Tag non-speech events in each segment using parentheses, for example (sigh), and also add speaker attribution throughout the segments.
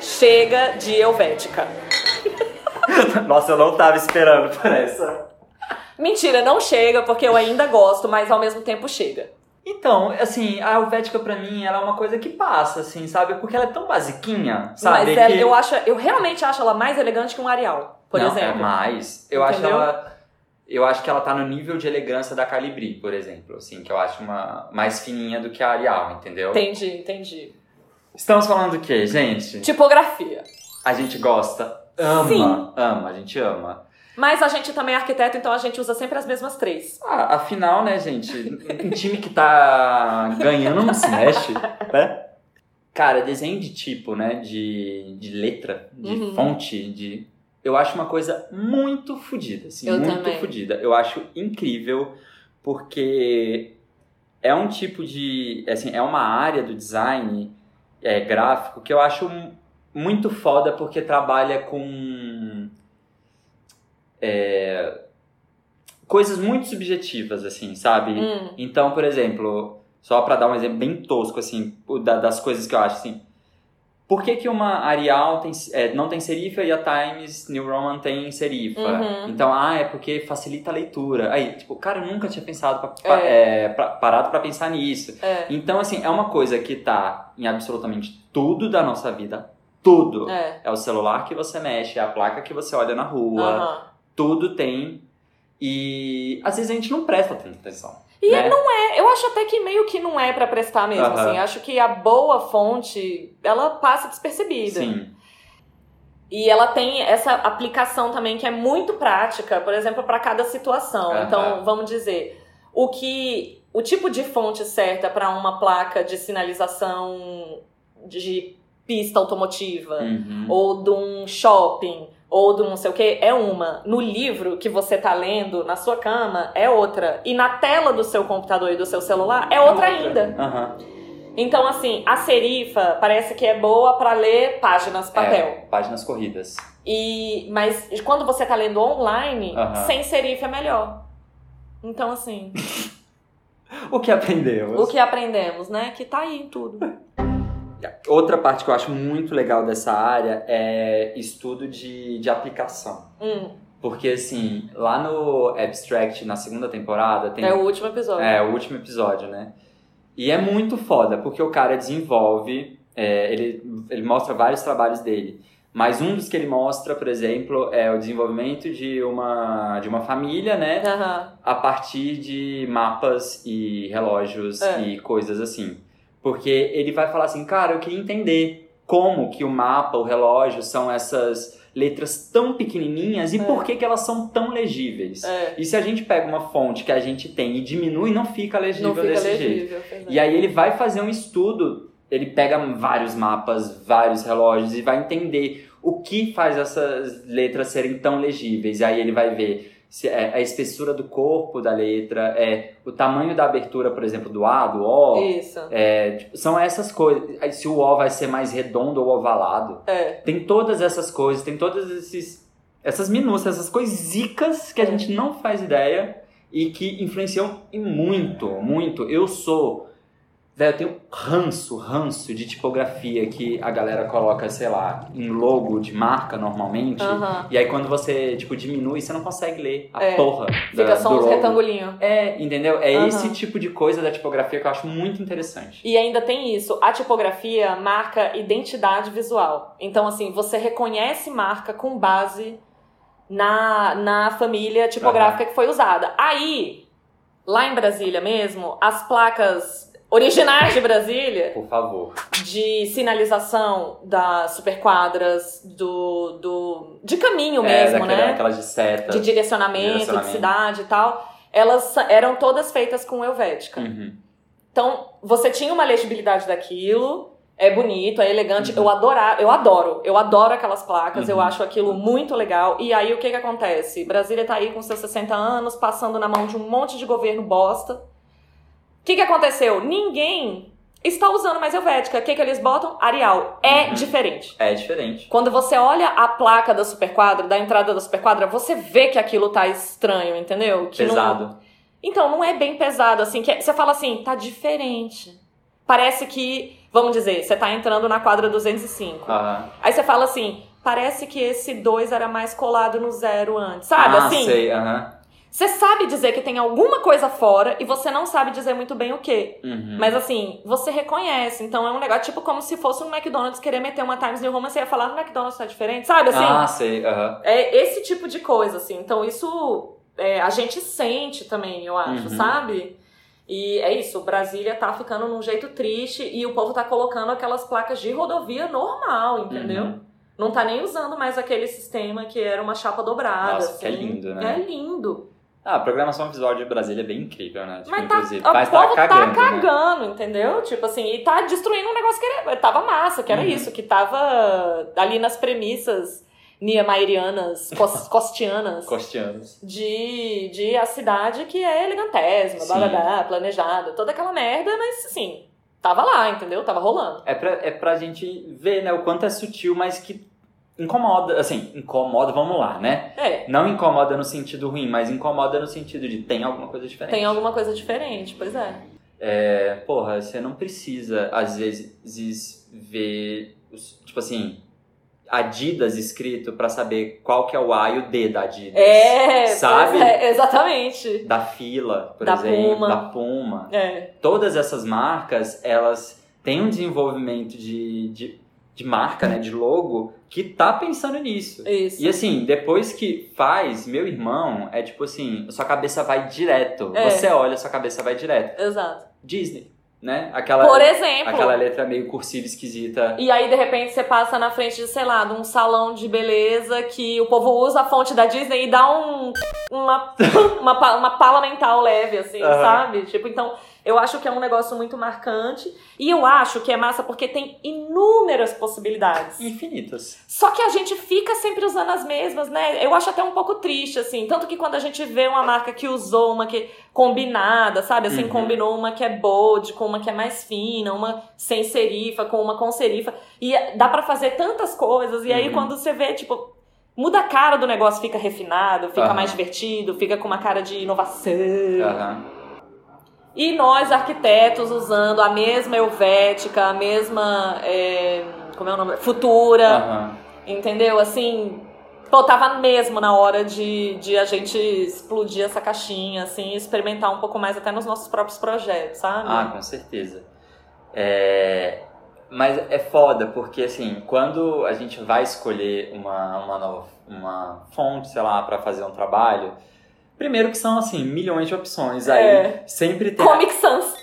Speaker 1: Chega de Helvética.
Speaker 2: (laughs) Nossa, eu não tava esperando por essa.
Speaker 1: Mentira, não chega, porque eu ainda gosto, mas ao mesmo tempo chega.
Speaker 3: Então, assim, a Helvética pra mim, ela é uma coisa que passa, assim, sabe? Porque ela é tão basiquinha, sabe?
Speaker 1: mas ela-
Speaker 3: que...
Speaker 1: eu acho, eu realmente acho ela mais elegante que um Arial, por
Speaker 3: Não,
Speaker 1: exemplo.
Speaker 3: É mais. Eu acho
Speaker 1: Entendeu?
Speaker 3: ela. Eu acho que ela tá no nível de elegância da Calibri, por exemplo. Assim, que eu acho uma mais fininha do que a Arial, entendeu?
Speaker 1: Entendi, entendi.
Speaker 3: Estamos falando do quê, gente?
Speaker 1: Tipografia.
Speaker 3: A gente gosta. Ama.
Speaker 1: Sim.
Speaker 3: Ama, a gente ama.
Speaker 1: Mas a gente também é arquiteto, então a gente usa sempre as mesmas três.
Speaker 3: Ah, afinal, né, gente? Um time que tá ganhando não se mexe, né? Cara, desenho de tipo, né? De, de letra, de
Speaker 1: Uhum.
Speaker 3: fonte, de. Eu acho uma coisa muito fodida, assim,
Speaker 1: Eu
Speaker 3: muito
Speaker 1: também.
Speaker 3: fodida. Eu acho incrível, porque é um tipo de. Assim, é uma área do design é, gráfico que eu acho mu- muito foda porque trabalha com é, coisas muito subjetivas, assim, sabe?
Speaker 1: Hum,
Speaker 3: Então, por exemplo, só pra dar um exemplo bem tosco, assim, o da- das coisas que eu acho, assim. Por que, que uma Arial tem- é, não tem serifa e a Times New Roman tem serifa?
Speaker 1: Uhum.
Speaker 3: Então, ah, é porque facilita a leitura. Aí, tipo, cara, eu nunca tinha pensado, pra,
Speaker 1: É.
Speaker 3: pa- é, pra- parado pra pensar nisso.
Speaker 1: é,
Speaker 3: Então, assim, é uma coisa que tá em absolutamente tudo da nossa vida. Tudo. É,
Speaker 1: é.
Speaker 3: o celular que você mexe, é a placa que você olha na rua,
Speaker 1: Aham.
Speaker 3: tudo tem. E às vezes a gente não presta tanta atenção.
Speaker 1: E
Speaker 3: né?
Speaker 1: É, eu acho até que meio que não é pra prestar mesmo,
Speaker 3: Aham.
Speaker 1: assim. Acho que a boa fonte, ela passa despercebida.
Speaker 3: Sim.
Speaker 1: E ela tem essa aplicação também que é muito prática, por exemplo, para cada situação.
Speaker 3: Aham.
Speaker 1: Então, vamos dizer, o que o tipo de fonte certa para uma placa de sinalização de pista automotiva
Speaker 3: Uhum.
Speaker 1: ou de um shopping ou de um não sei o que é uma. No livro que você tá lendo na sua cama é outra. E na tela do seu computador e do seu celular é outra ainda.
Speaker 3: Aham.
Speaker 1: Então, assim, a serifa parece que é boa para ler páginas papel.
Speaker 3: É, páginas corridas.
Speaker 1: E, mas quando você tá lendo online,
Speaker 3: Aham.
Speaker 1: sem serif é melhor. Então, assim,
Speaker 3: O que aprendeu?
Speaker 1: o que aprendemos, né? Que tá aí em
Speaker 3: (laughs)
Speaker 1: tudo.
Speaker 3: Outra parte que eu acho muito legal dessa área é estudo de, de aplicação.
Speaker 1: Hum,
Speaker 3: Porque, assim, lá no Abstract, na segunda temporada, tem
Speaker 1: é o último episódio.
Speaker 3: É, o último episódio, né? E é muito foda, porque o cara desenvolve, é, ele, ele mostra vários trabalhos dele. Mas um dos que ele mostra, por exemplo, é o desenvolvimento de uma, de uma família, né?
Speaker 1: Aham.
Speaker 3: A partir de mapas e relógios
Speaker 1: É.
Speaker 3: e coisas assim. Porque ele vai falar assim, cara, eu queria entender como que o mapa, o relógio, são essas letras tão pequenininhas e
Speaker 1: É.
Speaker 3: por que, que elas são tão legíveis.
Speaker 1: É.
Speaker 3: E se a gente pega uma fonte que a gente tem e diminui, não fica legível
Speaker 1: Não fica
Speaker 3: desse jeito.
Speaker 1: legível. pois é.
Speaker 3: E aí ele vai fazer um estudo, ele pega vários mapas, vários relógios e vai entender o que faz essas letras serem tão legíveis. E aí ele vai ver se é a espessura do corpo da letra, é o tamanho da abertura, por exemplo, do A, do O.
Speaker 1: Isso.
Speaker 3: É, tipo, são essas coisas. Aí Se o O vai ser mais redondo ou ovalado.
Speaker 1: É.
Speaker 3: Tem todas essas coisas, tem todas esses, essas minúcias, essas coisicas que a
Speaker 1: É.
Speaker 3: gente não faz ideia e que influenciam e muito, muito. Eu sou. Velho, eu tenho ranço, ranço de tipografia que a galera coloca, sei lá, em logo de marca normalmente.
Speaker 1: Aham.
Speaker 3: E aí quando você, tipo, diminui, você não consegue ler a
Speaker 1: É.
Speaker 3: porra.
Speaker 1: Fica
Speaker 3: da-
Speaker 1: só
Speaker 3: do
Speaker 1: uns
Speaker 3: logo.
Speaker 1: retangulinhos.
Speaker 3: É, entendeu? É
Speaker 1: Aham.
Speaker 3: esse tipo de coisa da tipografia que eu acho muito interessante.
Speaker 1: E ainda tem isso, a tipografia marca identidade visual. Então, assim, você reconhece marca com base na, na família tipográfica que foi usada. Aí, lá em Brasília mesmo, as placas originais de Brasília,
Speaker 3: Por favor.
Speaker 1: de sinalização das superquadras, do, do, de caminho
Speaker 3: é,
Speaker 1: mesmo,
Speaker 3: daquela-
Speaker 1: né?
Speaker 3: daquelas de seta.
Speaker 1: De direcionamento, de
Speaker 3: Direcionamento.
Speaker 1: cidade e tal, elas eram todas feitas com helvética.
Speaker 3: Uhum.
Speaker 1: Então, você tinha uma legibilidade daquilo, é bonito, é elegante.
Speaker 3: Uhum.
Speaker 1: Eu adorar, eu adoro, eu adoro aquelas placas, eu
Speaker 3: Uhum.
Speaker 1: acho aquilo muito legal. E aí o que que acontece? Brasília tá aí com seus 60 anos, passando na mão de um monte de governo bosta. O que que aconteceu? Ninguém está usando mais Helvética. O que que eles botam? Arial. É
Speaker 3: Uhum.
Speaker 1: diferente.
Speaker 3: É diferente.
Speaker 1: Quando você olha a placa da superquadra, da entrada da superquadra, você vê que aquilo tá estranho, entendeu? Que não-
Speaker 3: Pesado.
Speaker 1: então, não é bem pesado, assim, que é- você fala assim, tá diferente. parece que, vamos dizer, você tá entrando na quadra 205.
Speaker 3: Aham.
Speaker 1: Aí você fala assim, parece que esse 2 era mais colado no zero antes. Sabe,
Speaker 3: ah,
Speaker 1: assim,
Speaker 3: sei, aham.
Speaker 1: você sabe dizer que tem alguma coisa fora e você não sabe dizer muito bem o que.
Speaker 3: Uhum.
Speaker 1: Mas assim, você reconhece, então é um negócio tipo como se fosse um McDonald's querer meter uma Times New Roman, você ia falar, o McDonald's tá diferente, sabe assim?
Speaker 3: Ah, sei, aham.
Speaker 1: É esse tipo de coisa, assim. Então, isso é, a gente sente também, eu acho,
Speaker 3: Uhum.
Speaker 1: sabe? E é isso, Brasília tá ficando num jeito triste e o povo tá colocando aquelas placas de rodovia normal, entendeu?
Speaker 3: Uhum.
Speaker 1: Não tá nem usando mais aquele sistema que era uma chapa dobrada.
Speaker 3: Nossa, que é
Speaker 1: assim.
Speaker 3: lindo, né?
Speaker 1: É lindo.
Speaker 3: Ah, a programação visual de Brasília é bem incrível, né? Tipo,
Speaker 1: Mas tá,
Speaker 3: inclusive,
Speaker 1: o
Speaker 3: mas
Speaker 1: povo
Speaker 3: tá cagando.
Speaker 1: tá
Speaker 3: Né?
Speaker 1: cagando, entendeu? Tipo assim, e tá destruindo um negócio que era, tava massa, que era
Speaker 3: Uhum.
Speaker 1: isso, que tava ali nas premissas niemairianas,
Speaker 3: (laughs)
Speaker 1: cos, costianas.
Speaker 3: Costianos.
Speaker 1: de, de a cidade que é elegantésima, blá
Speaker 3: Sim.
Speaker 1: blá blá, planejada, toda aquela merda, mas assim, tava lá, entendeu? Tava rolando.
Speaker 3: É pra, é pra gente ver, né, o quanto é sutil, mas que incomoda, assim, incomoda, vamos lá, né?
Speaker 1: É,
Speaker 3: Não incomoda no sentido ruim, mas incomoda no sentido de tem alguma coisa diferente.
Speaker 1: tem alguma coisa diferente, pois é.
Speaker 3: É, porra, você não precisa, às vezes, ver, os- tipo assim, Adidas escrito pra saber qual que é o A e o D da Adidas.
Speaker 1: É,
Speaker 3: Sabe?
Speaker 1: pois é, (laughs) exatamente.
Speaker 3: Da Fila, por
Speaker 1: Da
Speaker 3: exemplo,
Speaker 1: Puma.
Speaker 3: da Puma.
Speaker 1: É,
Speaker 3: todas essas marcas, elas têm um desenvolvimento de, de, de marca, né, de logo, que tá pensando nisso.
Speaker 1: isso.
Speaker 3: E assim, depois que faz, meu irmão, é tipo assim, sua cabeça vai direto.
Speaker 1: É.
Speaker 3: Você olha, sua cabeça vai direto.
Speaker 1: Exato.
Speaker 3: Disney, né? Aquela,
Speaker 1: Por exemplo.
Speaker 3: aquela letra meio cursiva esquisita.
Speaker 1: E aí, de repente, você passa na frente de, sei lá, de um salão de beleza que o povo usa a fonte da Disney e dá um. Uma, (laughs) uma, pa- uma pala mental leve, assim,
Speaker 3: Aham.
Speaker 1: sabe? Tipo, então, eu acho que é um negócio muito marcante. E eu acho que é massa porque tem inúmeras possibilidades.
Speaker 3: Infinitas.
Speaker 1: Só que a gente fica sempre usando as mesmas, né? Eu acho até um pouco triste, assim. Tanto que quando a gente vê uma marca que usou uma que combinada, sabe? Assim,
Speaker 3: Uhum.
Speaker 1: combinou uma que é bold com uma que é mais fina, uma sem serifa com uma com serifa. E dá pra fazer tantas coisas. E aí
Speaker 3: Uhum.
Speaker 1: quando você vê, tipo, muda a cara do negócio, fica refinado, fica
Speaker 3: Aham.
Speaker 1: mais divertido, fica com uma cara de inovação.
Speaker 3: Aham.
Speaker 1: E nós, arquitetos, usando a mesma Helvética, a mesma. é, Como é o nome? Futura.
Speaker 3: Aham.
Speaker 1: Entendeu? Assim, pô, tava mesmo na hora de, de a gente explodir essa caixinha, assim, e experimentar um pouco mais até nos nossos próprios projetos, sabe?
Speaker 3: Ah, com certeza. É, Mas é foda, porque assim, quando a gente vai escolher uma, uma, nova, uma fonte, sei lá, pra fazer um trabalho, primeiro que são assim, milhões de opções. Aí
Speaker 1: É.
Speaker 3: sempre tem.
Speaker 1: Comic Sans.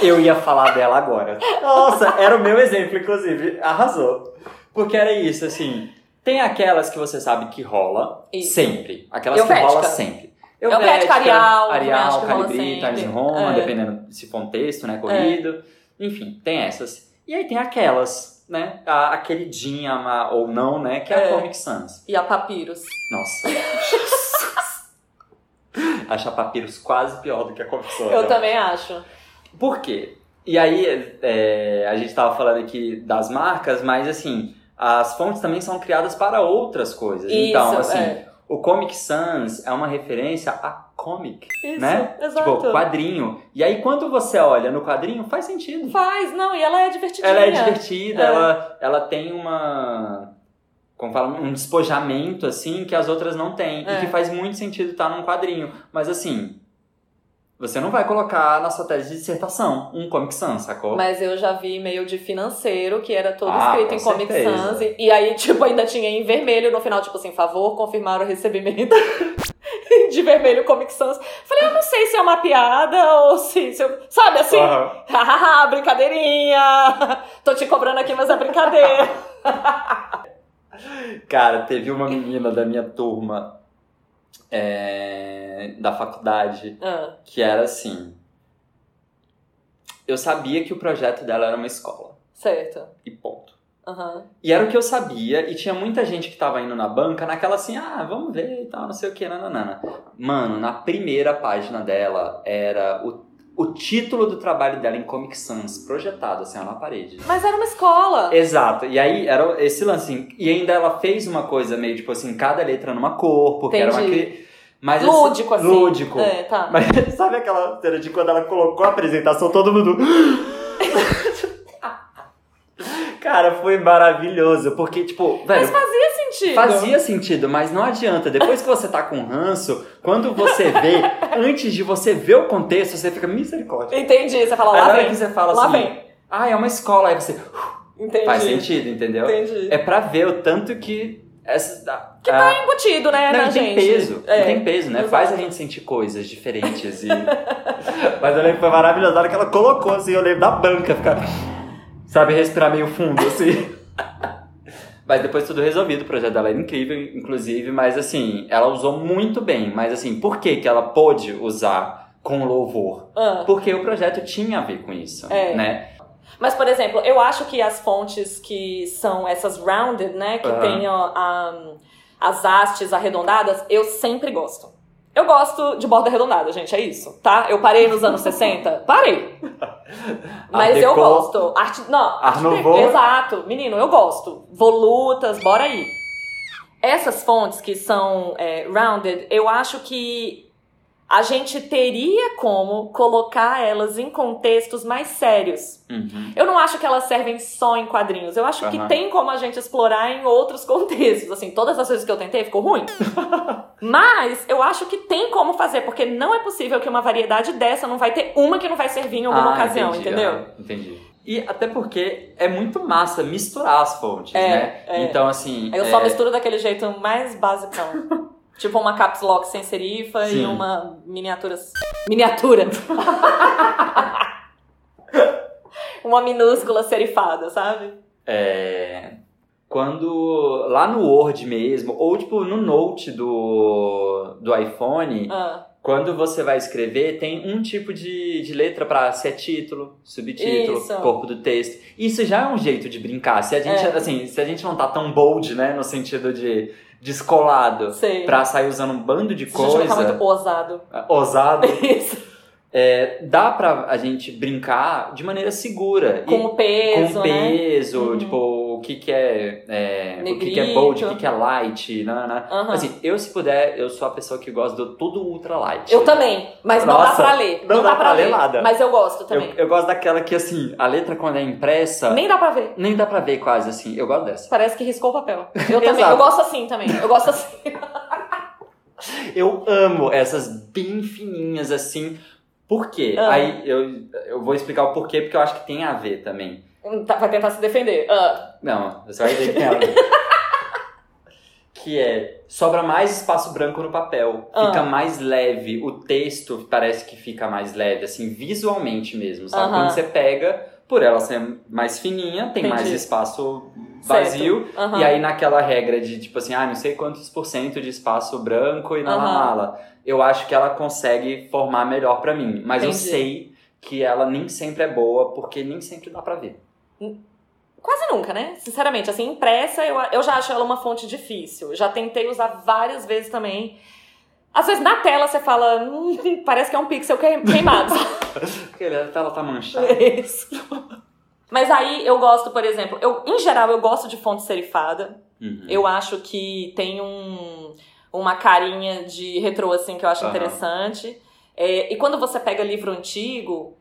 Speaker 3: Eu ia falar dela agora. Nossa, (laughs) era o meu exemplo, inclusive. Arrasou. Porque era isso, assim. Tem aquelas que você sabe que rola
Speaker 1: Isso.
Speaker 3: sempre. Aquelas que
Speaker 1: Helvética.
Speaker 3: rola sempre. Eu
Speaker 1: Helvética, Arial, também acho
Speaker 3: Arial,
Speaker 1: que rola
Speaker 3: Calibri,
Speaker 1: sempre.
Speaker 3: Times Roma,
Speaker 1: É.
Speaker 3: dependendo se for um texto, né? Corrido. Enfim, tem essas. E aí tem aquelas, né? A, a queridinha a- ou não, né? Que é,
Speaker 1: É.
Speaker 3: a Comic Sans.
Speaker 1: E a Papiros.
Speaker 3: Nossa. (laughs) Achar papiros quase pior do que a Comic Sans.
Speaker 1: Eu
Speaker 3: né?
Speaker 1: também acho.
Speaker 3: Por quê? E aí, é, a gente tava falando aqui das marcas, mas assim, as fontes também são criadas para outras coisas. então,
Speaker 1: Isso,
Speaker 3: assim,
Speaker 1: é.
Speaker 3: o Comic Sans é uma referência a comic,
Speaker 1: Isso,
Speaker 3: né?
Speaker 1: exato.
Speaker 3: Tipo, quadrinho. E aí, quando você olha no quadrinho, faz sentido.
Speaker 1: Faz, não, e ela é divertidinha.
Speaker 3: Ela é divertida,
Speaker 1: É.
Speaker 3: ela, ela tem uma. Como fala, um despojamento, assim, que as outras não têm.
Speaker 1: É.
Speaker 3: E que faz muito sentido estar num quadrinho. Mas assim. Você não vai colocar na sua tese de dissertação um Comic Sans, sacou?
Speaker 1: Mas eu já vi e-mail de financeiro que era todo
Speaker 3: Ah,
Speaker 1: escrito
Speaker 3: com
Speaker 1: em Comic
Speaker 3: certeza.
Speaker 1: Sans. E, e aí, (laughs) tipo, ainda tinha em vermelho no final, tipo assim, favor, confirmar o recebimento (laughs) de vermelho Comic Sans. Falei, eu não sei se é uma piada ou se. se eu- Sabe assim?
Speaker 3: Aham.
Speaker 1: Hahaha, brincadeirinha! (laughs) Tô te cobrando aqui, mas é
Speaker 3: (laughs)
Speaker 1: brincadeira.
Speaker 3: Cara, teve uma menina da minha turma é, da faculdade
Speaker 1: Ah,
Speaker 3: que era assim. Eu sabia que o projeto dela era uma escola.
Speaker 1: certo.
Speaker 3: E ponto.
Speaker 1: Aham.
Speaker 3: E era o que eu sabia, e tinha muita gente que tava indo na banca naquela assim, ah, vamos ver e tal, não sei o que, nananana. Mano, na primeira página dela era o, o título do trabalho dela em Comic Sans, projetado assim, ó, na parede.
Speaker 1: Mas era uma
Speaker 3: É,
Speaker 1: escola.
Speaker 3: Exato, e aí era esse lance, assim, e ainda ela fez uma coisa meio tipo assim, cada letra numa cor, porque era uma.
Speaker 1: Entendi.
Speaker 3: cri- Mas, assim,
Speaker 1: Lúdico, assim.
Speaker 3: Lúdico.
Speaker 1: É, tá.
Speaker 3: (laughs)
Speaker 2: Mas sabe aquela cena de quando ela colocou a apresentação, todo mundo. Cara, foi maravilhoso, porque, tipo, velho,
Speaker 1: Mas fazia sentido.
Speaker 3: Fazia sentido, mas não adianta. Depois que você tá com ranço, quando você vê, antes de você ver o contexto, você fica misericórdia.
Speaker 1: Entendi. Você fala,
Speaker 3: Aí na
Speaker 1: lá
Speaker 3: hora
Speaker 1: vem.
Speaker 3: que você fala
Speaker 1: lá
Speaker 3: assim,
Speaker 1: vem.
Speaker 3: ah, é uma escola, aí você
Speaker 1: Entendi.
Speaker 3: faz sentido, entendeu?
Speaker 1: Entendi.
Speaker 3: É pra ver o tanto que essa. Que
Speaker 1: É embutido, né,
Speaker 3: não,
Speaker 1: na
Speaker 3: e tem
Speaker 1: gente.
Speaker 3: peso, e
Speaker 1: É.
Speaker 3: tem peso, né?
Speaker 1: Exato.
Speaker 3: Faz a gente sentir coisas diferentes e
Speaker 2: (laughs) mas eu lembro que foi maravilhoso. Na hora que ela colocou, assim, eu lembro da banca, ficar, sabe, respirar meio fundo, assim.
Speaker 3: (laughs) Mas depois tudo resolvido, o projeto dela era incrível, inclusive, mas assim, ela usou muito bem. Mas assim, por que, que ela pôde usar com louvor?
Speaker 1: Ah.
Speaker 3: Porque o projeto tinha a ver com isso,
Speaker 1: É.
Speaker 3: né?
Speaker 1: Mas, por exemplo, eu acho que as fontes que são essas rounded, né? Que
Speaker 3: Aham.
Speaker 1: tem ó, a- as hastes arredondadas, eu sempre gosto. Eu gosto de borda arredondada, gente, é isso, tá? Eu parei nos anos 60, parei. Mas
Speaker 2: Deco.
Speaker 1: eu gosto. Arte, não,
Speaker 2: Art Nouveau.
Speaker 1: Exato, menino, eu gosto. Volutas, bora aí. Essas fontes que são é, rounded, eu acho que a gente teria como colocar elas em contextos mais sérios.
Speaker 3: Uhum.
Speaker 1: Eu não acho que elas servem só em quadrinhos. Eu acho que
Speaker 3: Aham.
Speaker 1: tem como a gente explorar em outros (laughs) contextos. Assim, todas as vezes que eu tentei ficou ruim. (laughs) Mas eu acho que tem como fazer, porque não é possível que uma variedade dessa não vai ter uma que não vai servir em alguma
Speaker 3: Ah,
Speaker 1: ocasião,
Speaker 3: entendi,
Speaker 1: entendeu?
Speaker 3: ah, entendi. E até porque é muito massa misturar as fontes,
Speaker 1: É,
Speaker 3: né?
Speaker 1: é.
Speaker 3: Então, assim.
Speaker 1: Eu
Speaker 3: é,
Speaker 1: só misturo daquele jeito mais basicão.
Speaker 3: (laughs)
Speaker 1: tipo uma caps lock sem serifa e
Speaker 3: Sim.
Speaker 1: uma miniatura.
Speaker 3: (laughs)
Speaker 1: Miniatura! uma minúscula serifada, sabe?
Speaker 3: É, quando lá no Word mesmo, ou tipo no Note do, do iPhone,
Speaker 1: Ah,
Speaker 3: Quando você vai escrever, tem um tipo de, de letra pra se é título, subtítulo,
Speaker 1: Isso.
Speaker 3: corpo do texto. Isso já é um jeito de brincar. Se a gente,
Speaker 1: É.
Speaker 3: assim, se a gente não tá tão bold, né, no sentido de descolado,
Speaker 1: sei.
Speaker 3: pra sair usando um bando de
Speaker 1: Se a gente não tá
Speaker 3: coisa,
Speaker 1: muito ousado.
Speaker 2: Ousado.
Speaker 1: (laughs) Isso.
Speaker 3: é, dá pra a gente brincar de maneira segura.
Speaker 1: com o
Speaker 3: e
Speaker 1: peso,
Speaker 3: com
Speaker 1: né?
Speaker 3: peso,
Speaker 1: Uhum.
Speaker 3: tipo, o que que é, é, o que que é
Speaker 1: Negrito.
Speaker 3: bold, o que que é light, nanana.
Speaker 1: Aham.
Speaker 3: Assim, eu se puder, eu sou a pessoa que gosta do tudo ultra light.
Speaker 1: eu também, mas não dá
Speaker 2: Nossa,
Speaker 1: pra ler.
Speaker 2: não dá pra ler nada.
Speaker 1: Mas eu gosto
Speaker 3: Eu,
Speaker 1: também.
Speaker 3: eu gosto daquela que, assim, a letra quando é impressa, nem,
Speaker 1: Nem dá pra ver.
Speaker 3: dá pra ver quase, assim. Eu gosto dessa.
Speaker 1: Parece que riscou o papel. Eu também,
Speaker 3: Exato.
Speaker 1: eu gosto assim também. Eu gosto assim.
Speaker 3: Eu amo essas bem fininhas, assim. Por quê?
Speaker 1: Ah.
Speaker 3: Aí eu, eu vou explicar o porquê, porque eu acho que tem a ver também.
Speaker 1: Hum, tá, Vai tentar se defender. Ah,
Speaker 3: Não, você vai ver que tem a ver. que é, sobra mais espaço branco no papel.
Speaker 1: Ah.
Speaker 3: Fica mais leve. O texto parece que fica mais leve, assim, visualmente mesmo, sabe?
Speaker 1: Aham.
Speaker 3: Quando você pega... Por ela ser mais fininha, tem mais
Speaker 1: Entendi.
Speaker 3: espaço
Speaker 1: Certo.
Speaker 3: vazio.
Speaker 1: aham.
Speaker 3: E aí naquela regra de tipo assim, ah, não sei quantos por cento de espaço branco e na
Speaker 1: Aham.
Speaker 3: mala. Eu acho que ela consegue formar melhor pra mim, mas eu
Speaker 1: Entendi.
Speaker 3: sei que ela nem sempre é boa, porque nem sempre dá pra ver.
Speaker 1: Quase nunca, né? Sinceramente, assim, impressa eu, eu já acho ela uma fonte difícil. Já tentei usar várias vezes também. Às vezes na tela você fala, "Hum, (laughs) parece que é um pixel que- queimado. (laughs)
Speaker 3: Porque ela ela tá manchada.
Speaker 1: É isso. Mas aí eu gosto, por exemplo, eu, em geral eu gosto de fonte serifada.
Speaker 3: Uhum.
Speaker 1: (laughs) Eu acho que tem um, uma carinha de retrô, assim, que eu acho
Speaker 3: Aham.
Speaker 1: interessante. É, e quando você pega livro antigo,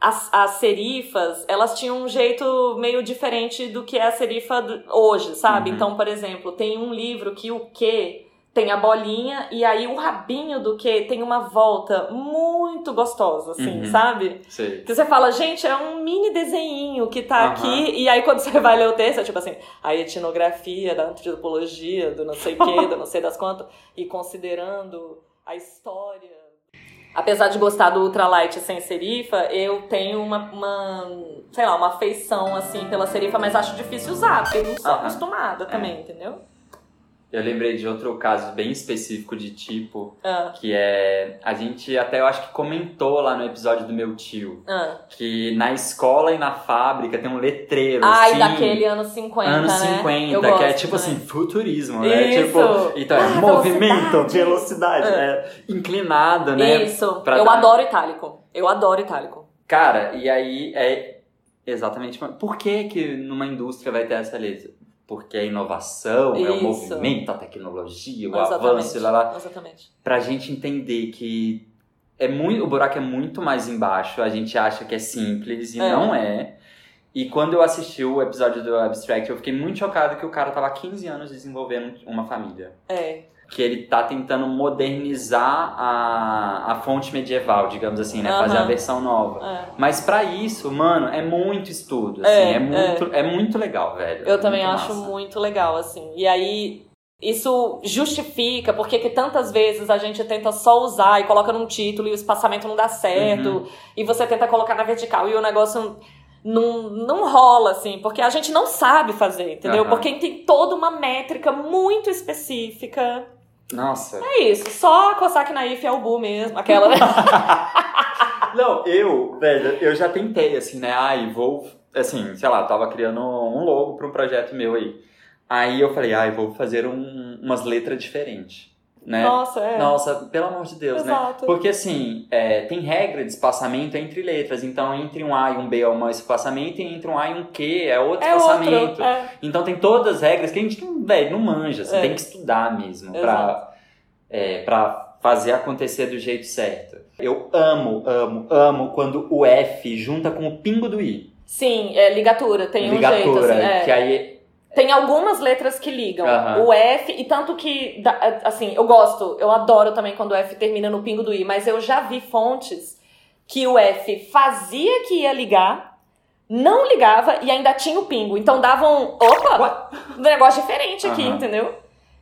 Speaker 1: as, as serifas, elas tinham um jeito meio diferente do que é a serifa do- hoje, sabe?
Speaker 3: Uhum.
Speaker 1: Então, por exemplo, tem um livro que o que tem a bolinha e aí o rabinho do que tem uma volta muito gostosa, assim,
Speaker 3: Uhum.
Speaker 1: sabe?
Speaker 3: Sei.
Speaker 1: Que você fala, gente, é um mini desenho que tá
Speaker 3: Aham.
Speaker 1: aqui. E aí, quando (laughs) você vai ler o texto, é tipo assim, a etnografia da antropologia, do não sei o quê, do não sei das quantas. E considerando a história. Apesar de gostar do ultralight sem serifa, eu tenho uma, uma, sei lá, uma afeição, assim, pela serifa. Mas acho difícil usar, porque eu não sou
Speaker 3: Aham.
Speaker 1: acostumada
Speaker 3: É.
Speaker 1: também, entendeu?
Speaker 3: Eu lembrei de outro caso bem específico de tipo,
Speaker 1: Ah,
Speaker 3: que é. A gente até eu acho que comentou lá no episódio do meu tio.
Speaker 1: ah.
Speaker 3: Que na escola e na fábrica tem um letreiro.
Speaker 1: Ai,
Speaker 3: assim,
Speaker 1: daquele ano 50,
Speaker 3: Anos
Speaker 1: né?
Speaker 3: 50,
Speaker 1: Eu
Speaker 3: que é
Speaker 1: gosto
Speaker 3: tipo
Speaker 1: também.
Speaker 3: assim, futurismo, né?
Speaker 1: Isso.
Speaker 3: Tipo, então é
Speaker 1: Ah, É.
Speaker 3: movimento, é,
Speaker 2: Velocidade. Velocidade, né?
Speaker 3: inclinado, né?
Speaker 1: Isso,
Speaker 3: pra
Speaker 1: eu
Speaker 3: dar-
Speaker 1: adoro itálico. Eu adoro itálico.
Speaker 3: Cara, e aí é exatamente. Por que que numa indústria vai ter essa letra? Porque é inovação, é o
Speaker 1: Isso.
Speaker 3: movimento, a tecnologia, o
Speaker 1: Exatamente.
Speaker 3: avanço, lá, lá.
Speaker 1: Exatamente.
Speaker 3: pra gente entender que é muito, o buraco é muito mais embaixo, a gente acha que é simples e
Speaker 1: É.
Speaker 3: não é. E quando eu assisti o episódio do Abstract, eu fiquei muito chocado que o cara tava há 15 anos desenvolvendo uma família.
Speaker 1: É.
Speaker 3: Que ele tá tentando modernizar a, a fonte medieval, digamos assim, né? Fazer a
Speaker 1: Aham.
Speaker 3: versão nova.
Speaker 1: é.
Speaker 3: Mas pra isso, mano, é muito estudo, assim, é,
Speaker 1: É,
Speaker 3: muito, é. muito legal, velho. É
Speaker 1: Eu também
Speaker 3: muito
Speaker 1: acho
Speaker 3: massa.
Speaker 1: muito legal, assim. E aí, isso justifica porque que tantas vezes a gente tenta só usar e coloca num título e o espaçamento não dá certo.
Speaker 3: Uhum.
Speaker 1: E você tenta colocar na vertical e o negócio não, não rola, assim. Porque a gente não sabe fazer, entendeu?
Speaker 3: Aham.
Speaker 1: Porque tem toda uma métrica muito específica.
Speaker 3: Nossa.
Speaker 1: É isso, só coçar aqui na if é o bu mesmo.
Speaker 3: (laughs)
Speaker 1: Aquela, né?
Speaker 3: Não, eu, velho, eu já tentei, assim, né? Ai, vou. Assim, sei lá, eu tava criando um logo pra um projeto meu aí. Aí eu falei, ai, vou fazer um- umas letras diferentes, né?
Speaker 1: Nossa, é.
Speaker 3: Nossa, pelo amor de Deus, né?
Speaker 1: Exato.
Speaker 3: Porque assim, é, tem regra de espaçamento entre letras. Então, entre um A e um B é um espaçamento, e entre um A e um Q é outro
Speaker 1: É
Speaker 3: espaçamento.
Speaker 1: outro. É.
Speaker 3: Então tem todas as regras que a gente não, véi, não manja, você
Speaker 1: É.
Speaker 3: tem que estudar mesmo pra,
Speaker 1: Exato.
Speaker 3: é, pra fazer acontecer do jeito certo. Eu amo, amo, amo quando o F junta com o pingo do I.
Speaker 1: Sim, é ligatura, tem um jeito.
Speaker 3: ligatura.
Speaker 1: Assim, é.
Speaker 3: Que aí.
Speaker 1: Tem algumas letras que ligam.
Speaker 3: Aham.
Speaker 1: O F, e tanto que, da- assim, eu gosto, eu adoro também quando o F termina no pingo do I, mas eu já vi fontes que o F fazia que ia ligar, não ligava e ainda tinha o pingo. Então davam, opa, um negócio diferente aqui,
Speaker 3: Aham.
Speaker 1: entendeu?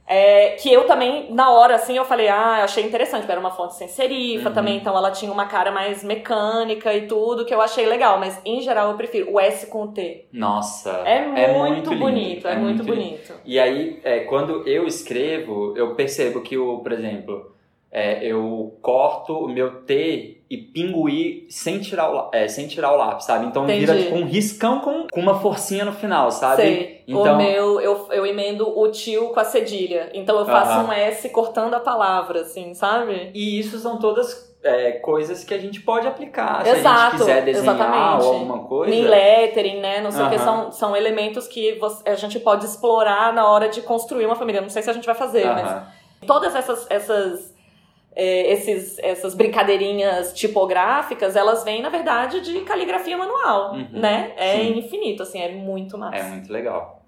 Speaker 1: É, que eu também, na hora, assim, eu falei, ah, achei interessante, porque era uma fonte sem serifa
Speaker 3: Uhum.
Speaker 1: também, então ela tinha uma cara mais mecânica e tudo, que eu achei legal, mas em geral eu prefiro o S com o T.
Speaker 3: Nossa.
Speaker 1: É muito,
Speaker 3: lindo,
Speaker 1: bonito, é, muito,
Speaker 3: lindo.
Speaker 1: bonito.
Speaker 3: E aí, é, quando eu escrevo, eu percebo que, o, por exemplo, é, eu corto o meu T e pingo o I sem tirar o, lá- é, sem tirar o lápis, sabe? Então vira
Speaker 1: Entendi.
Speaker 3: tipo um riscão com, com uma forcinha no final, sabe?
Speaker 1: Sei.
Speaker 3: Então-
Speaker 1: O meu, eu, eu emendo o tio com a cedilha. Então eu faço
Speaker 3: Aham.
Speaker 1: um S cortando a palavra, assim, sabe?
Speaker 3: E isso são todas é, coisas que a gente pode aplicar. Se a gente
Speaker 1: Exato,
Speaker 3: quiser desenhar
Speaker 1: exatamente.
Speaker 3: ou alguma coisa.
Speaker 1: Nem lettering, né? Não sei o que.
Speaker 3: é. Aham.
Speaker 1: São, são elementos que você- a gente pode explorar na hora de construir uma família. Não sei se a gente vai fazer, mas
Speaker 3: Aham.
Speaker 1: todas essas essas é, esses, essas brincadeirinhas tipográficas, elas vêm, na verdade, de caligrafia manual,
Speaker 3: Uhum,
Speaker 1: né? É
Speaker 3: sim.
Speaker 1: infinito, assim, é muito massa.
Speaker 3: É muito legal.